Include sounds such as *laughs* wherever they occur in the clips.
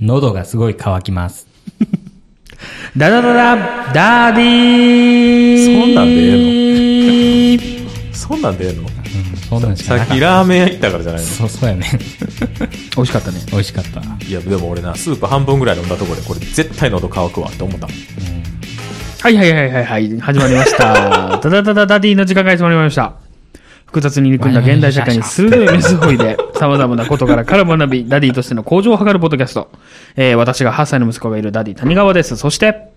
喉がすごい乾きます。ダダダダダーディーそんなんでええそんなんでええのそんなんしかさなっかきラーメン屋行ったからじゃないのそう、そうやね。 *laughs* *laughs* 美味しかったね。美味しかった。いや、でも俺な、スープ半分ぐらい飲んだところで、これ絶対喉乾くわって思ったもん。はいはいはいはいはい。始まりま *laughs* した。ダダダダダディの時間が始まりました。複雑に入り組んだ現代社会に鋭いメスホイで、様々なことからから学び、ダディとしての向上を図るポッドキャスト。えー、私が8歳の息子がいるダディ谷川です。そして、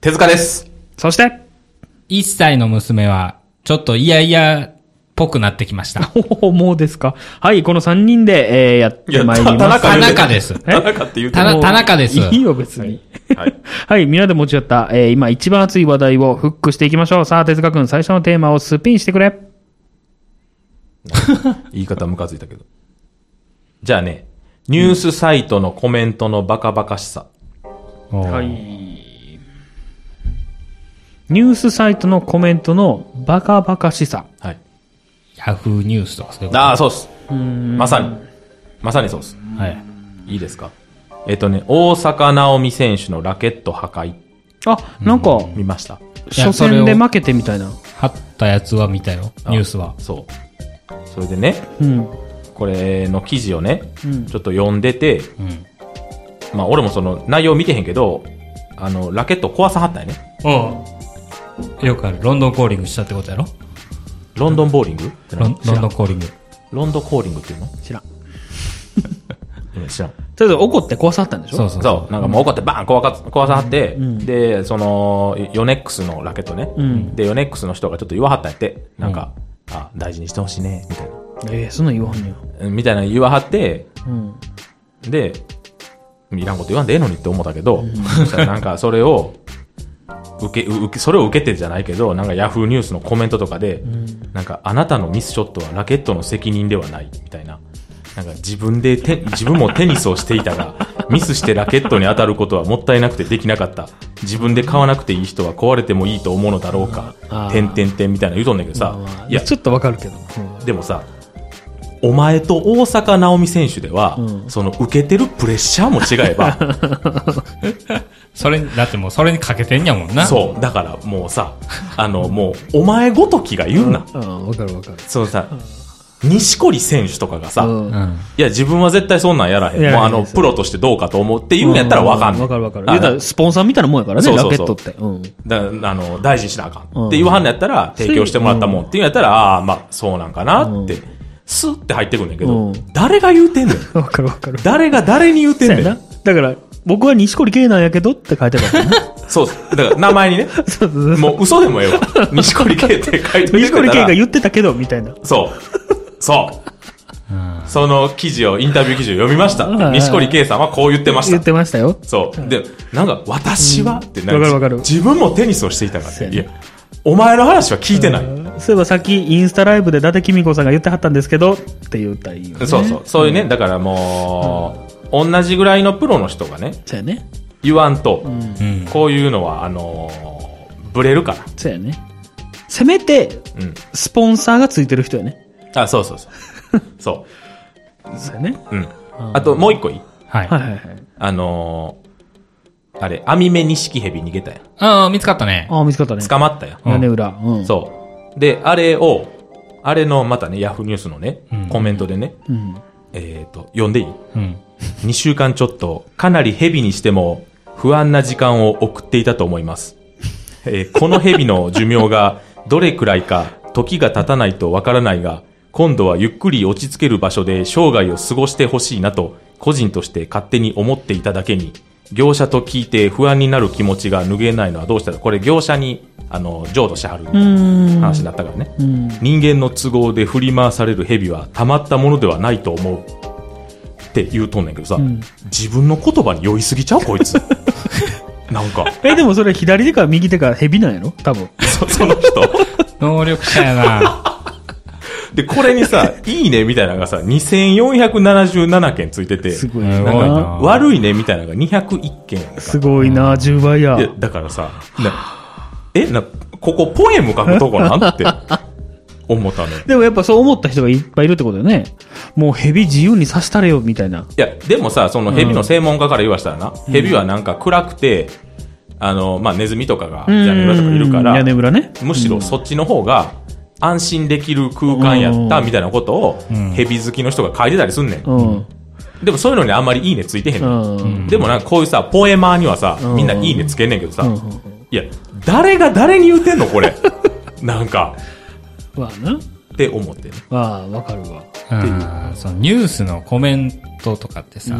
手塚ですそ *laughs* して、 1歳の娘は、ちょっといやいやっぽくなってきました。ほほほ、もうですか。はい、この3人で、えー、やってまいりいやま田す。中田中です。田中って言うて田も中、田中です。いいよ、別に。はい。 *laughs* はい、皆で持ち寄った、えー、今一番熱い話題をフックしていきましょう。さあ、哲学君、最初のテーマをスピンしてくれ。言い方ムカついたけど。じゃあね、ニュースサイトのコメントのバカバカしさ。おーい。ニュースサイトのコメントのバカバカしさ。はい。ヤフーニュースとかそういうこと。ああ、そうっす。まさに。まさにそうっす。はい。いいですかえっとね、大坂なおみ選手のラケット破壊、あ、なんか、見ました。初それ戦をで負けてみたいな。貼ったやつは見たよ。ニュースは。そう。それでね、うん。これの記事をね、うんちょっと読んでて、うん。まあ俺もその内容見てへんけど、あの、ラケット壊さはったんやね。おうよくある。ロンドンコーリングしたってことやろロンドンボーリングってロ何ンロンドンコーリング。ロンドンコーリングっていうの知らん。うん知らん。とりあえず怒って壊さはったんでしょそうそうそう、なんかもう怒ってバーン壊か壊さはって、んで、その、ヨネックスのラケットね、んで、ヨネックスの人がちょっと言わはったんやって、なんか、あ、大事にしてほしいね、みたいなええそんなん言わんねや。うん。みたいなの言わはって、うん。で、いらんこと言わんでええのにって思ったけど、そしたらなんかそれを、受け、受け、それを受けてじゃないけど、なんかヤフーニュースのコメントとかで、なんかあなたのミスショットはラケットの責任ではない、みたいな。なんか自分でて、自分もテニスをしていたが、 *laughs* ミスしてラケットに当たることはもったいなくてできなかった。自分で買わなくていい人は壊れてもいいと思うのだろうかあ。ーてんてんてんみたいなの言うとんだけどまさあまあ、いや、ちょっとわかるけど。でもさ、お前と大坂なおみ選手では、うんその受けてるプレッシャーも違え *laughs* ば、それ、だってもうそれにかけてんやもんな。そう、だからもうさ、あの、もう、お前ごときが言うな。うん、わかるわかる。そのさ、錦織選手とかがさ、うんう。ん。いや、自分は絶対そんなんやらへん。やらへんもうあの、そうプロとしてどうかと思うって言うんやったらわかんうない。わかるわかる。あ言うたら、スポンサーみたいなもんやからね、そうラそうケそッうトって。うん。だあの、大事にしなあかん。うんって言わはんのやったら、提供してもらったもんって言うんやったら、ああ、まあ、そうなんかなって、うんスッて入ってくんねんけど、うん誰が言うてんねん。わかるわかる。誰が誰に言うてんそうねやんな。。だから、僕は錦織圭なんやけどって書いてたからね。そうそう。だから、名前にね。 *laughs* そうそうそうもう嘘でもええわ。 *laughs* 錦織圭って書いといて錦くれ織た圭らが言ってたけど、みたいな。そう。そう。うんその記事を、インタビュー記事を読みましたうん。錦織圭さんはこう言ってまし。言ったてましたよ。そう。で、なんか、私はってなんわかるわかる自分もテニスをしていたかそうら。やいねや、お前の話は聞いてない。そういえばさっきインスタライブで伊達公子さんが言ってはったんですけど、って言ったらいいよね。そうそう。そういうね、だからもう、同じぐらいのプロの人がね、そうやね。言わんと、うん。こういうのは、あのー、ブレるから。そうやね。せめて、うん。スポンサーがついてる人やね。あ、そうそ *laughs* うそう。そそうやね。う。うん。あと、もう一個いいはい。はいはいはい。あのー、あれ、網目ニシキヘビ逃げたやん。ああ、見つかったね。ああ、見つかったね。捕まったやん。屋根裏。うん。そう。で、あれを、あれの、またね、ヤフーニュースのね、んコメントでね、うん。えっ、と、読んでいいうん。 ?2 週間ちょっと、かなりヘビにしても、不安な時間を送っていたと思います。えーこのヘビの寿命が、どれくらいか、時が経たないとわからないが、今度はゆっくり落ち着ける場所で生涯を過ごしてほしいなと、個人として勝手に思っていただけに、業者と聞いて不安になる気持ちが拭えないのはどうしたら、これ業者に、あの、譲渡しはるうーん。話になったからね。うん。人間の都合で振り回される蛇はたまったものではないと思うって言うとんねんけどさ、ん自分の言葉に酔いすぎちゃうこ *laughs* いつなんかえ、でもそれ左手か右手か蛇なんやろ多分。そその人能力者や *laughs* な。でこれにさ「いいね」みたいなのがさ2477件ついててすごいすごいな。な悪いねみたいなのが201件すごいな、10倍や。でだからさなえなここポエム書くとこなんって思ったね。でもやっぱそう思った人がいっぱいいるってことだよね。もう蛇自由に刺したれよ、みたいな。いや、でもさ、その蛇の専門家から言わしたらな、蛇はなんか暗くて、あの、まあ、ネズミとかが、屋根裏とかいるかうん屋根ら、裏ね。むしろそっちの方が安心できる空間やったみたいなことを、蛇好きの人が書いてたりすんねん。うん。でもそういうのにあんまりいいねついてへんうねん。ん。でもなんかこういうさ、ポエマーにはさ、うんみんないいねつけんねんけどさうん、いや、誰が誰に言うてんのこれ。 *laughs* なんか、わあな。って思ってね。わあ、わかるわ。うんそのニュースのコメントとかってさ、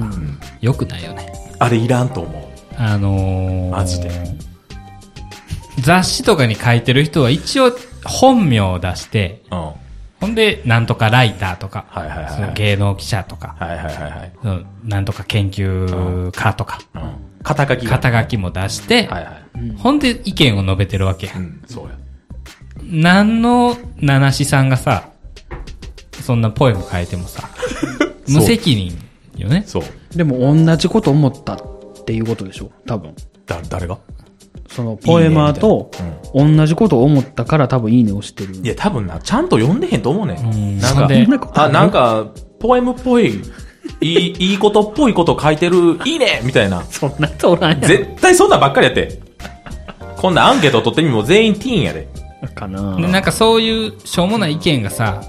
よくないよね。あれいらんと思う。あのー、マジで雑誌とかに書いてる人は一応本名を出して、うん。はほんで、なんとかライターとか、はいはいはいはいその芸能記者とか、いはいはいはい。そのなんとか研究家とか、うん肩書きが。肩書きも出して、はいはい。ほんで意見を述べてるわけやう。ん、そうや。なんの七七さんがさ、そんなポエム書いても *laughs* さ、無責任よね。そう。でも同じこと思ったっていうことでしょ多分。だ、誰がそのポエマーと同じことを思ったから多分いいねをしてる。いや、多分な、ちゃんと読んでへんと思うねうんん。なんそんかで、あ、なんか、ポエムっぽい、いい、いいことっぽいこと書いてる、いいねみたいな。そんな人おらんや絶対そんなんばっかりやって。こんなアンケート取ってみも全員ティーンやで。ん。かなでなんかそういうしょうもない意見がさ、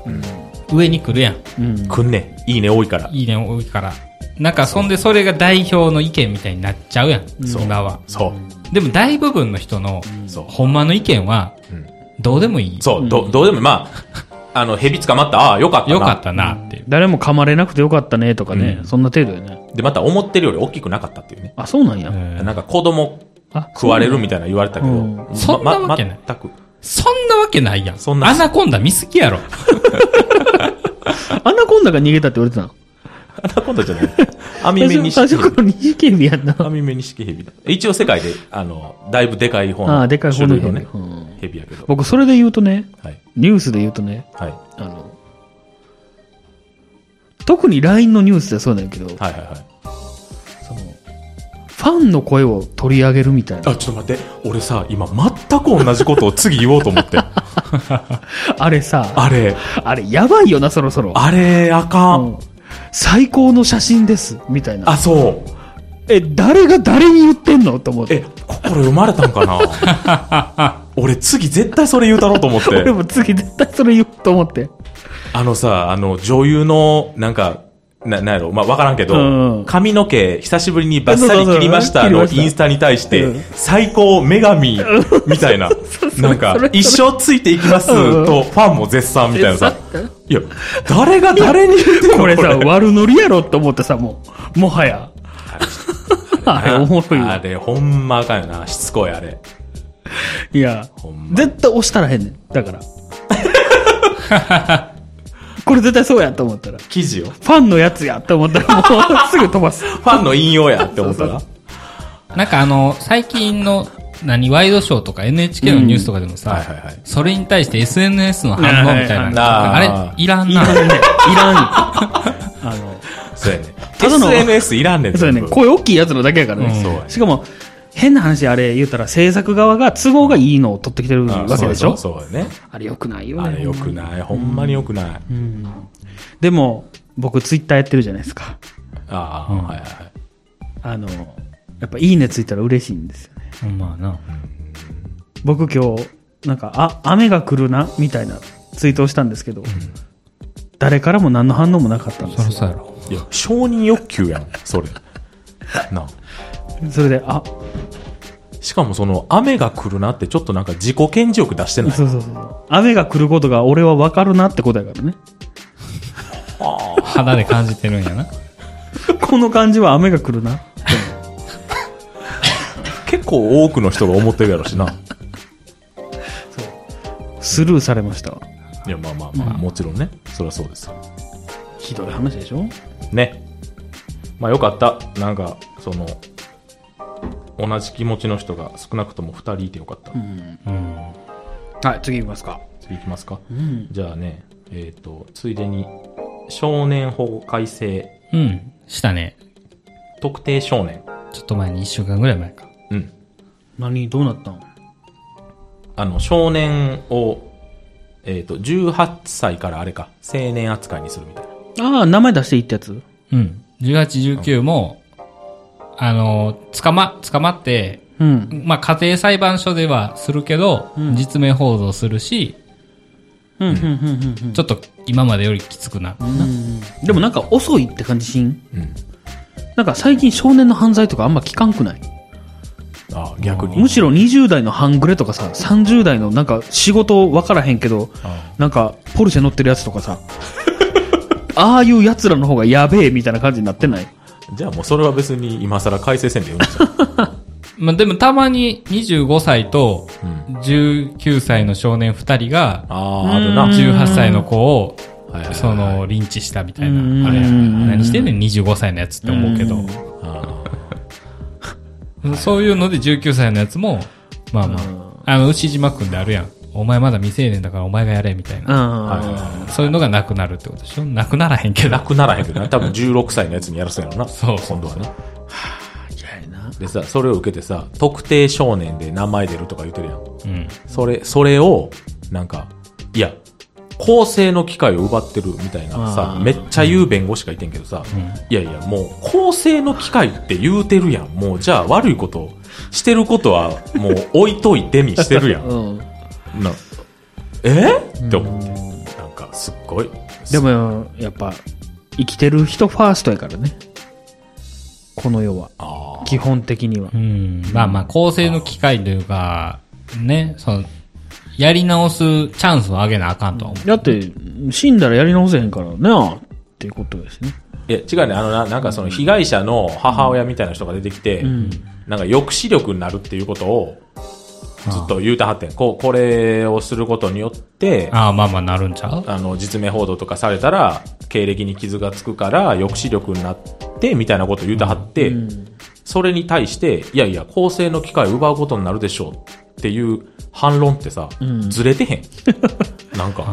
上に来るやん。うん。くんねん。いいね多いから。いいね多いから。なんかそんでそれが代表の意見みたいになっちゃうやん、今は。そう。でも大部分の人の、そうほんまの意見は、どうでもいい。そう、ど、どうでも、まあ、あの、蛇捕まった、ああ、よかったな。よかったなっていう。誰も噛まれなくてよかったねとかね。そんな程度よね。で、また思ってるより大きくなかったっていうね。あ、そうなんや。うんなんか子供あ食われるみたいな言われたけどうん。まそんなわけないま全く。そんなわけないやん。そんなアナコンダ見すぎや *laughs* ろ。アナコンダが逃げたって言われてたのアナコンダ *laughs* じゃない。網目に最初から二次元やんな。網目に式蛇だ。一応世界で、あの、だいぶでかい方あのあでかい方種の類蛇のねうん、蛇やけど。僕、それで言うとね、はい。ニュースで言うとね、はい。あの、特に LINE のニュースではそうなんやけど、はいはいはい。その、ファンの声を取り上げるみたいな。あ、ちょっと待って。俺さ、今全く同じことを次言おうと *laughs* 思って。あれさ、あれ、あれやばいよな、そろそろ。あれ、あかうんん。最高の写真です、みたいな。あ、そう。え、誰が誰に言ってんのと思って。え、心読まれたんかな *laughs* 俺次絶対それ言うだろうと *laughs* 思っ俺て。も次絶対それ言うと思って。あのさ、あの、女優の、なんか、な、なんやろ、まあ、わからんけうんど、髪の毛、久しぶりにバッサリ切りましたそうそのうそうインスタに対しうてん、最高、女神、みたいなう。 *laughs* そうなんかそれ、一生ついていきます、うんと、ファンも絶賛みたいなさ。いや、誰が誰に言ってんのこれさ、悪ノリやろと思ってさ、もう、もはや。 *laughs* あれ、おもろいあよ。れ、ほんまあかんよな。しつこい、あれ。いやほ、んま絶対押したらへんねん。だから。 *laughs* これ絶対そうやと思ったら。フ記事を。ファンのやつやと思ったら、もうすぐ飛ば *laughs* す。ァンの引用やって思ったそうら。なんかあの、最近の、何、ワイドショーとか NHK のニュースとかでもさ、はいはいはいそれに対して SNS の反応みたいなのが、はいはいあれ、いらんな。いらんねん。いらん。 *laughs* あの、そうやね。ただの SNS いらんねんそうやね全部声大きいやつのだけやからうんそうやね。ねしかも、変な話あれ言うたら制作側が都合がいいのを取ってきてるわけでしょあそうそうそうやね。あれ良くないよね。あれ良くない。ほんまに良くない。でも、僕ツイッターやってるじゃないですか。ああ、うんはいはい。あの、やっぱいいねついたら嬉しいんですよね。ほんまあな。僕今日、なんか、あ、雨が来るな、みたいなツイートをしたんですけど、誰からも何の反応もなかったんでそろすそよ。ろやろ。いや、承認欲求やん、 *laughs* それ。なあそれで、あ、しかもその、雨が来るなって、ちょっとなんか自己顕示欲出してない。そうそうそう。雨が来ることが俺はわかるなってことやから *laughs* ね。肌で感じてるんやな。この感じは雨が来るな。結構多くの人が思ってるやろしな。スルーされましたわ。いや、まあまあまあ、もちろんね。そりゃそうですよ。ひどい話でしょね。まあよかった。なんか、その、同じ気持ちの人が少なくとも2人いてよかった。うん。はい、次見ますか。次いきますか。うん。じゃあね、えっ、と、ついでに、少年法改正、うん。したね。特定少年。ちょっと前に一週間ぐらい前か。うん。何どうなったんあの、少年を、えっ、と、18歳からあれか、青年扱いにするみたいな。ああ、名前出していいってやつうん。18、19も、あの、捕ま、捕まって、うん。まあ、家庭裁判所ではするけど、実名報道するし、うん、うん、うん、ちょっと今までよりきつくなる。うん。でもなんか遅いって感じしんうん。なんか最近少年の犯罪とかあんま聞かんくないああ、逆に。むしろ20代の半グレとかさ、30代のなんか仕事分からへんけど、なんかポルシェ乗ってるやつとか *laughs* さ、ああいうやつらの方がやべえみたいな感じになってないじゃあもうそれは別に今更改正せんでよんじまあ、でもたまに25歳とゃん。うん。 19歳の少年2人が、ああ、あるな。 18歳の子をはいはいは、いその、リンチしたみたいな。うんあれ、何してんねん、25歳のやつって思うけど。あ *laughs* そういうので19歳のやつも、まあまあ、あの、牛島くんであるやん。お前まだ未成年だからお前がやれ、みたいうん。な。あはいはいはそういうのがなくなるってことでしょなくならへんけい。どな。くならへんけどな。多分16歳のやつにやらせるのな。そう今度はな。嫌やな。でさ、それを受けてさ、特定少年で名前出るとか言ってるやん。うん。それ、それを、なんか、いや、公正の機会を奪ってるみたいなあさー、めっちゃ言う弁護士がいてんけどさ、いやいや、もう公正の機会って言うてるやん。もうじゃあ悪いこと、してることはもう *laughs* 置いといてみしてるやん。うん。なえって思って。なんか、すっごい。でも、やっぱ、生きてる人ファーストやからね。この世は。あ基本的にはう。ん。まあまあ、構成の機会というか、ね、その、やり直すチャンスをあげなあかんとは思う。だって、死んだらやり直せへんからなっていうことですね。ーいや、違うね。あのな、なんかその被害者の母親みたいな人が出てきて、なんか抑止力になるっていうことを、ずっと言うてはってん。こう、これをすることによって、ああ、まあまあ、なるんちゃうあの、実名報道とかされたら、経歴に傷がつくから、抑止力になって、みたいなことを言うてはって、それに対して、いやいや、公正の機会を奪うことになるでしょうっていう反論ってさ、ずれ *laughs* てへん。なんか、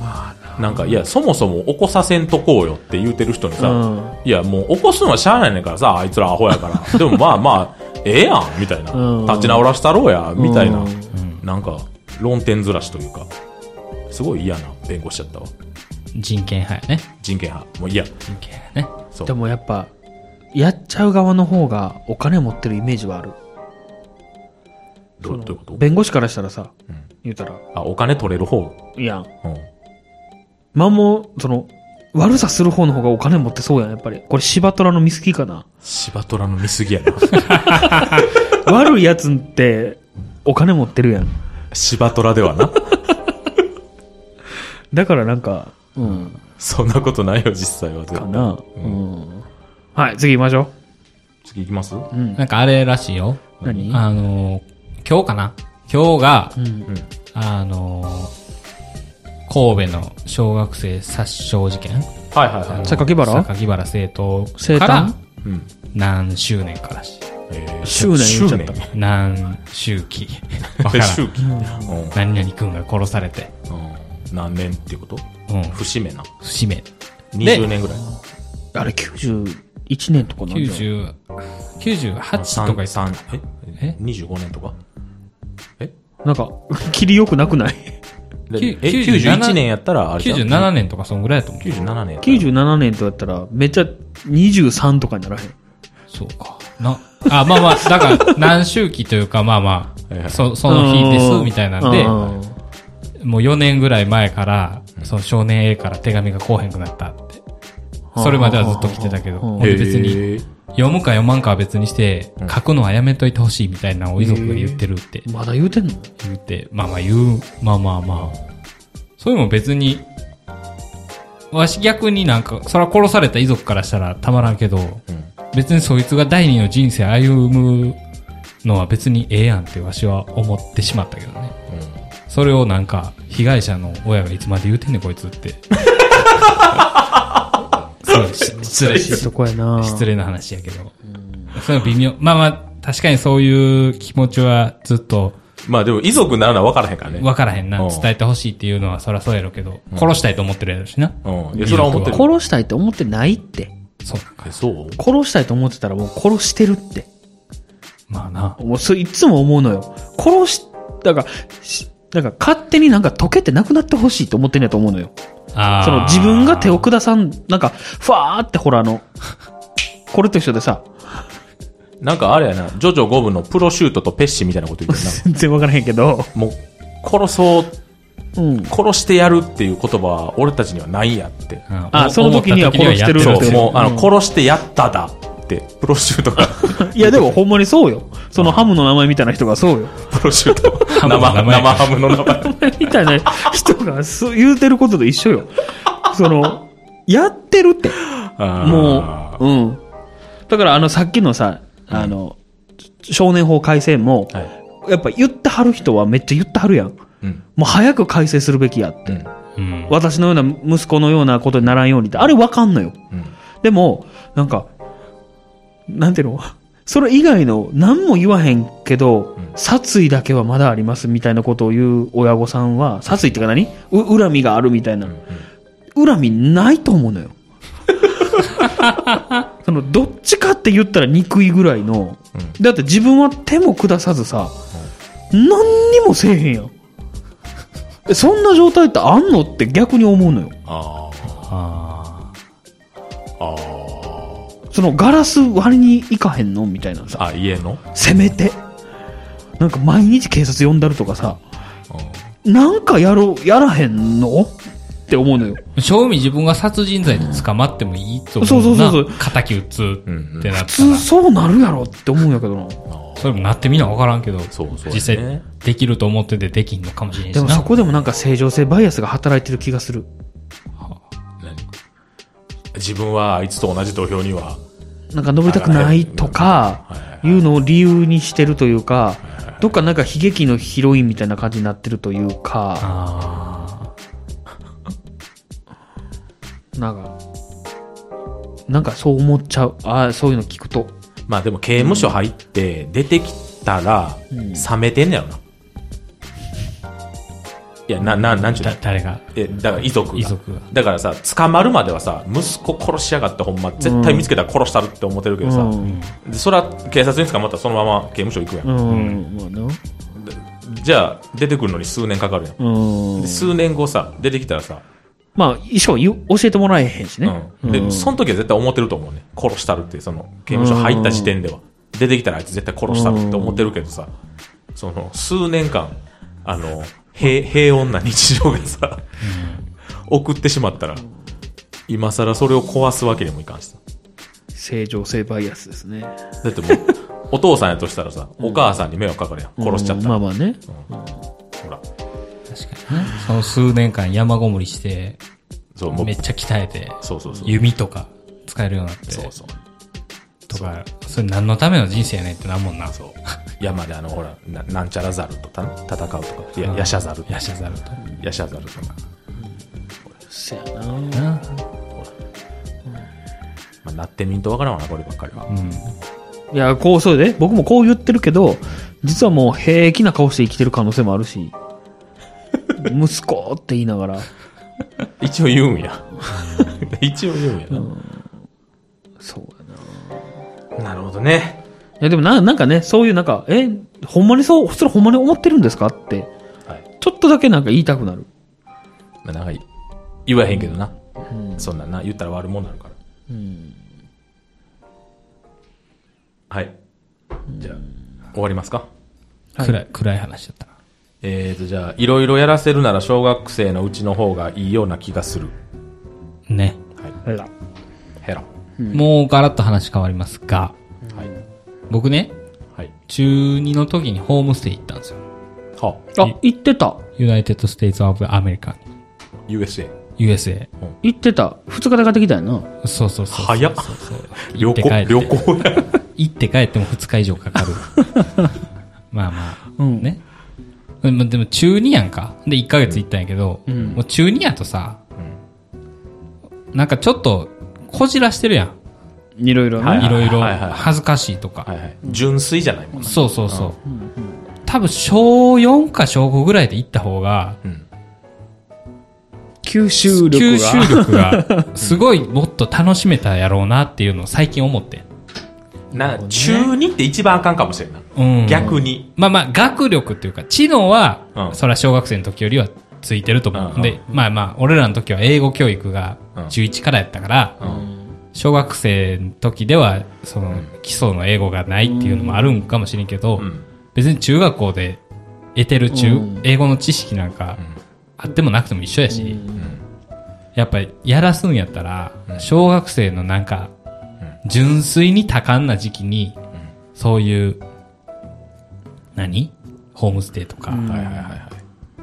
あなんか、いや、そもそも起こさせんとこうよって言うてる人にさ、うんいや、もう起こすのはしゃあないねんからさ、あいつらアホ *laughs* やから。でもまあまあ、ええやんみたいな。うん立ち直らしたろうや、みたいな。うんなんか、論点ずらしというか、すごい嫌な弁護士だったわ。あ、人権派やね。人権派。もういいや。人権派やね。そう。でもやっぱ、やっちゃう側の方がお金持ってるイメージはある。どうどういうこと弁護士からしたらさ、言うたら、あ、お金取れる方。いやん。うん。まあもう、その、悪さする方の方がお金持ってそうやん、やっぱり。これ、シバトラの見過ぎ *laughs* かな。芝虎の見過ぎやな。悪いやつって、お金持ってるやん。芝虎ではな。だからなんか、うん、そんなことないよ、実際は。かな。うん。はい、次行きましょ次行きますう。うん。なんかあれらしいよ。何あのー、今日かな今日が、んあのー、神戸の小学生殺傷事件はいはいはい。榊原榊原生徒生か誕らうん。何周年からしい。えー執念言っちゃった執念何周 *laughs* 期。わから周ん。期。うん何々くんが殺されて。うん何年っていうことうん。節目な。節目。 20年ぐらい。あれ、91年とかなんじゃん90、98とか言って三ええ ?25 年とかえなんか、 *laughs* 切り良くなくないできえ97 ?91 年やったらあれじゃん97年とかそんぐらいだと思う。 97年やったら。 ?97 年とやったら、めっちゃ23とかにならへん。そうか。な、 *laughs* あ、まあまあ、だから、何周期というか、まあまはいはあ、いそその日です、みたいなんで、うんもう4年ぐらい前から、その少年 A から手紙が来おへんくなったって。それまではずっと来てたけど、うんほんで別に、へー読むか読まんかは別にして、書くのはやめといてほしいみたいなのを遺族が言ってるってまだ言うてんの言って、まあまあ言う、まあまあまあ。それも別に、わし逆になんか、そら殺された遺族からしたらたまらんけど、ん別にそいつが第二の人生歩むのは別にええやんってわしは思ってしまったけどね。それをなんか、被害者の親がいつまで言うてんねんこいつって。そうし失 *laughs* 礼しそこやな失礼な話やけど。それは微妙。まあまあ、確かにそういう気持ちはずっとまあでも遺族になるのは分からへんからね。分からへんな。うん伝えてほしいっていうのはそりゃそうやろうけど、殺したいと思ってるやろうしな。うん。いや、それは思ってる。殺したいと思ってないって。そう。えそう殺したいと思ってたらもう殺してるって。まあな。もうそれいつも思うのよ。殺し、だから、しなんか勝手になんか溶けてなくなってほしいと思ってんやと思うのよ。あーその自分が手を下さん、なんか、ふわーってほらあの、これと一緒でさ、なんかあれやな、ジョジョ5部のプロシュートとペッシみたいなこと言ってる *laughs* *laughs* 全然わからへんけど、な。もう、殺そう、うん。殺してやるっていう言葉は俺たちにはないやって。うんあその時には殺してるん思っそだた時う、にはやってるもう、あうんの、殺してやっただって、プロシュートが、 *laughs* いやでもほんまにそうよ。そのハムの名前みたいな人がそうよ。プロシュート、ハ生、ムの名前生ハムの名前。 *laughs* みたいな人がそう言うてることと一緒よ。その、やってるって。もあう、うん。だからあのさっきのさ、あの、少年法改正も、ーはい。やっぱ言ってはる人はめっちゃ言ってはるやん。うん。もう早く改正するべきやって。うん。うん私のような息子のようなことにならんようにって、あれわかんのよ。うん。でも、なんか、なんていうの *laughs* それ以外の何も言わへんけど、うん殺意だけはまだありますみたいなことを言う親御さんは、殺意ってか何う恨みがあるみたいな。恨みないと思うの *laughs* よ。そのどっちかって言ったら憎いぐらいの、だって自分は手も下さずさ、何にもせえへんやん。えそんな状態ってあんのって逆に思うのよ。あーああー。そのガラス割りに行かへんのみたいなさ。あ、家のせめて。なんか毎日警察呼んだるとかさ、なんかやろう、やらへんのって思うのよ。ー正味自分が殺人罪で捕まってもいいと思うなそうそうそうそう敵打つってなっ普たら、通そうなるやろって思うんやけどな。それもなってみな分からんけどそう実そうそう際ねできると思っててできんのかもしれんしでなもそこでもなんか正常性バイアスが働いてる気がする。何自分はあいつと同じ土俵には、なんか登りたくないとかはいはいは、いうのを理由にしてるというか、どっかなんか悲劇のヒロインみたいな感じになってるというか、あなんか、なんかそう思っちゃう。ああ、そういうの聞くと。まあでも刑務所入って出てきたら、冷めてんねやろな。いや、な、な、なんちゅーうのだ誰がえだから遺族が遺族がだからさ捕まるまではさ息子殺しやがってほんま絶対見つけたら殺したるって思ってるけどさ、うんでそれは警察に捕まったらそのまま刑務所行くやん、うん、まあな。じゃあ出てくるのに数年かかるやん、うんで。数年後さ出てきたらさ、まあ、衣装言う教えてもらえへんしね。うん、でその時は絶対思ってると思うね殺したるってその刑務所入った時点では、出てきたらあいつ絶対殺したるって思ってるけどさ、その数年間あの平平穏な日常がさ、送ってしまったら今更それを壊すわけにもいかんしさ正常性バイアスですね。だってもうお父さんやとしたらさお母さんに迷惑かかるやん殺しちゃったまら、あまあね。ほら確かにねその数年間山ごもりしてそうもうめっちゃ鍛えてそうそうそう弓とか使えるようになってそうそうとかそれ何のための人生やねんってなんもんなそう山であのほらななんちゃらザルとた戦うとかいやうんヤシャザルヤシャザルとヤシャザルとかせやな。なまあ、なってみんとわからんわな、こればっかりは。うんいや、こう、そうで、僕もこう言ってるけど、実はもう平気な顔して生きてる可能性もある *laughs* し、息子って言いながら、一応言うんや。一応言うんやな、そうやな。いなるほどね。や、でもな、なんかね、そういうなんか、え、ほんまにそう、それほんまに思ってるんですかって、はい。ちょっとだけなんか言いたくなる。まあ、なんかい、言わへんけどな。そんなんな、言ったら悪者になるから。はい。じゃあ、終わりますか。暗い暗い話だったなえーと、じゃあ、いろいろやらせるなら小学生のうちの方がいいような気がする。ねあらヘラ。もうガラッと話変わりますがはい。僕ねはい。中2の時にホームステイ行ったんですよはあ、言ってた。ユナイテッド・ステイツ・オブ・アメリカ USA。 USA 言ってた。二日で帰ってきたよな。そうそうそうそう早っそうそう旅行って帰行、って旅行 *laughs* や。行って帰っても2日以上か *laughs* かるまあまあ、ねでもでも中2やんかで1ヶ月行ったんやけど、もう中2やとさ、なんかちょっとこじらしてるやんいろいろね。はいいろいろはいはい恥ずかしいとか、はいはい。純粋じゃないもんな。そうそうそう、多分小4か小5ぐらいで行った方がうん。吸収吸力が。収力がすごいもっと楽しめたやろうなっていうのを最近思ってな中二って一番あかんかもしれんな、うん逆にまあまあ、学力っていうか、知能は、うんそれは小学生の時よりはついてると思う。うんうんで、まあまあ、俺らの時は英語教育がうん中1からやったから、うん小学生の時では、その、基礎の英語がないっていうのもあるんかもしれんけど、ん別に中学校で得てる中、うん英語の知識なんか、あってもなくても一緒やし、やっぱりやらすんやったら、小学生のなんか、純粋に多感な時期に、そういう、何ホームステイとか、はいはいはいは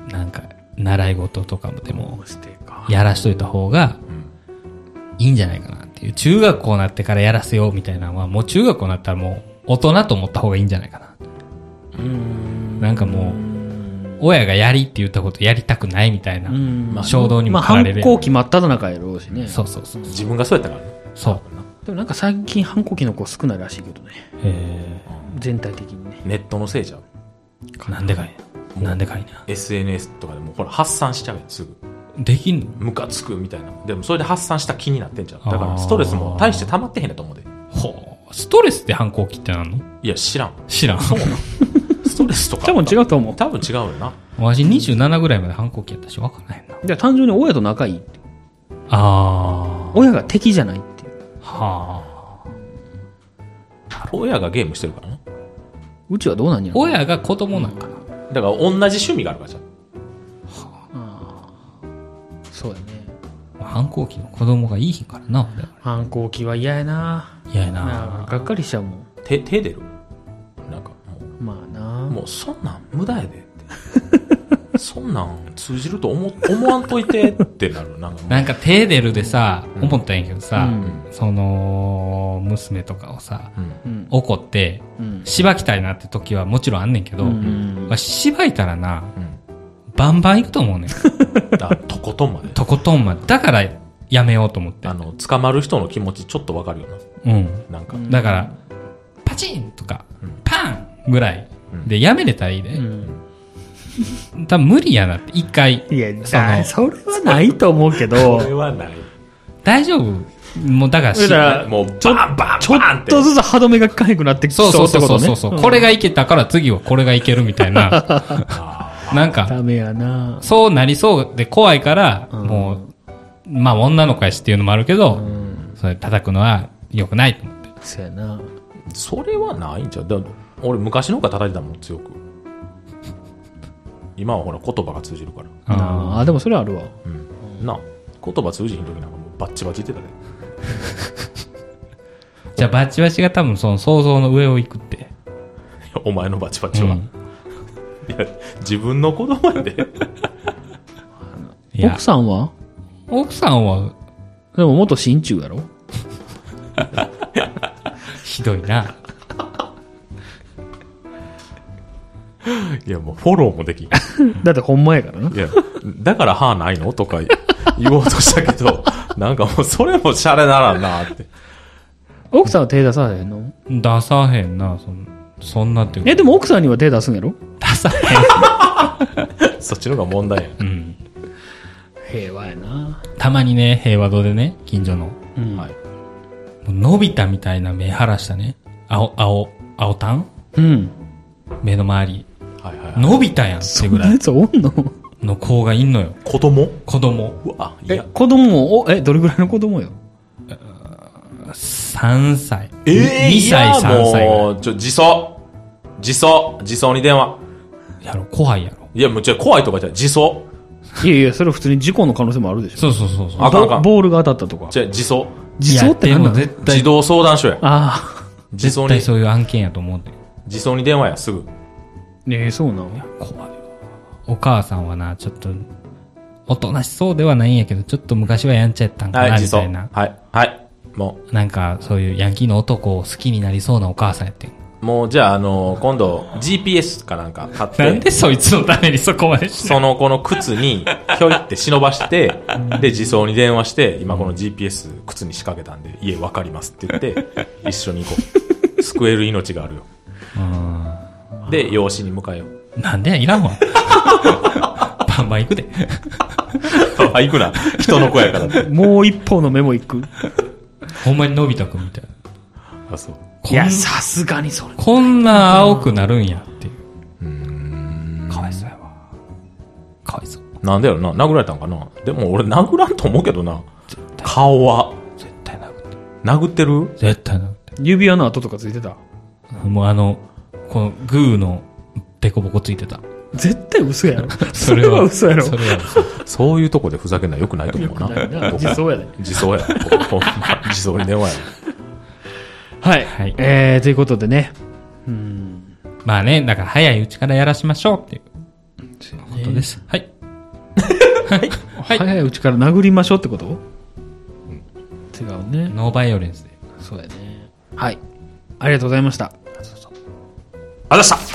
いなんか、習い事とかもでも、ステーかやらしといた方が、いいんじゃないかなっていう。中学校になってからやらせようみたいなのは、もう中学校になったらもう、大人と思った方がいいんじゃないかな。なんかもう、親がやりって言ったことやりたくないみたいな、衝動にまもあ、駆られる反やん。抗期真っ只中やろうしね。そうそうそう。自分がそうやったからねそう。でもなんか最近反抗期の子少ないらしいけどね。へ全体的にね。ネットのせいじゃんえ。なんでかいな。なんでかいな。 SNS とかでもうほら発散しちゃうよすぐできんのムカつくみたいなでもそれで発散した気になってんじゃんだかあーらストレスも大して溜まってへんだと思うでほう。ストレスって反抗期ってなんのいや知らん知らん。ストレスとか多分違うと思う。多分違うよなわし27ぐらいまで反抗期やったし、わからへんな。じゃあ単純に親と仲いいって。あ親が敵じゃないっていう。ー。はあ。親がゲームしてるからなうちはどうなんやろ親が子供なんかな。だから同じ趣味があるからじゃんそうやね。反抗期の子供がいいひんからな。俺反抗期は嫌やな。嫌やなな。んかがっかりしちゃうもん。手手出るなんかもまあうな。もうそんなん無駄やでって *laughs* そんなん通じると思思わんといてってなるなんかもうなんか手出るでさ、思ったんやけどさ、うんその、娘とかをさ、うんうん。怒って、うん。しばきたいなって時はもちろんあんねんけど、うんわししばいたらな、うんバンバン行くと思うねん。だからとことんまでとことんまで。だから、やめようと思ってあ。の捕まる人の気持ちちょっとわかるようん。ななんかだから、パチンとか、パンぐらいでやめれたらいいね。多分無理やなって、一回。いや、そのだそれはないと思う *laughs* けこど、れはない大丈夫もうだからしだからもうバンバンちょバンっってとずつ歯止めがかゆくなってきそうそうそうそうってそこうとそう、ねこれがいけたから次はこれがいけるみたい *laughs* な。なんか、ダメやな。そうなりそうで怖いから、もう、まあ女の子やしっていうのもあるけど、それ叩くのは良くないと思って。そうやな。それはないんちゃうだ俺昔の方が叩いてたもん強く今はほら言葉が通じるから、あああ、でもそれはあるわ。うん、なあ言葉通じひん時なんかもうバッチバチ言ってたで *laughs* ーじゃあバチバチが多分その想像の上を行くって。いやお前のバチバチうは、んいや自分の子供やでいや奥、さんは奥さんはでも元新中やろひどいな。いやもうフォローもできんいだってほんまやからな。やだから歯ないのとか言おうとしたけどなんかもうそれもシャレならんなって奥さんは手出さへんの出さへんな、そんそんなっていうかえ、でも奥さんには手出すんやろ出さへそっちの方が問題やん。うん。平和やな。たまにね、平和堂でね、近所の、もうん。はい、うのび太みたいな目晴らしたね、青、青、青タンうん。目の周り。はいはいはいのび太やんってそぐんらない *laughs* やつおんのの子がいんのよ。子供子供。うわいえや、子供も、お、え、どれぐらいの子供 *laughs* よ3歳。えー、 2歳、3いやもう歳ぐらちょ、自走。自走。自走に電話。い。やろ、怖いやろ。いや、もうちょ、怖いとかじゃない自走。いやいや、それは普通に事故の可能性もあるでしょ。そうそうそうそう。あかんあかんボボールが当たったとか。じゃ、自走。自走ってなんいなやでもの絶対児、童相談所や。あ自走絶に対、そういう案件やと思うんで。自走に電話や、すぐ。あ。ねえ、そうなの怖いわお母さんはな、ちょっと、おとなしそうではないんやけど、ちょっと昔はやんちゃやったんかはい、な、自み走。たいな。はい、はい。もなんか、そういうヤンキーの男を好きになりそうなお母さんやってん。う、もう、じゃあ、あのー今度、GPS かなんか買って、なんでそいつのためにそこまでしてその子の靴に、ひょいって忍ばして、で、自走に電話して、今この GPS 靴に仕掛けたんで、家わかりますって言って、 *laughs* 一緒に行こう。救える命があるよ。で、養子に迎えよう。なんでやいらん *laughs* わ。バンバン行くで。あ、行くな。人の子やから。もう一方の目も行く。ほんまにのび太くんみたいな。あ、そう。こいんや、 *laughs* さすがにそれ。こんな青くなるんやっていう。かわいそうやわ。かわいそう。なんだよな、殴られたんかな。でも俺殴らんと思うけどな。顔は。絶対殴って。殴ってる絶対殴って。指輪の跡とかついてた。もうあの、このグーのデコボコついてた。絶対嘘やろ。 *laughs* それは嘘やろ。それは嘘。そういうとこでふざけんのは良くないと思うな。自走やで。自走や。ほんま自走に電話や。 *laughs* はい。はいえー、ということでね。まあね、だから早いうちからやらしましょうっていうことです。 *laughs* はい。はい早いうちから殴りましょうってこと違うね。ノーバイオレンスで。そうやね。はい。ありがとうございました。あざした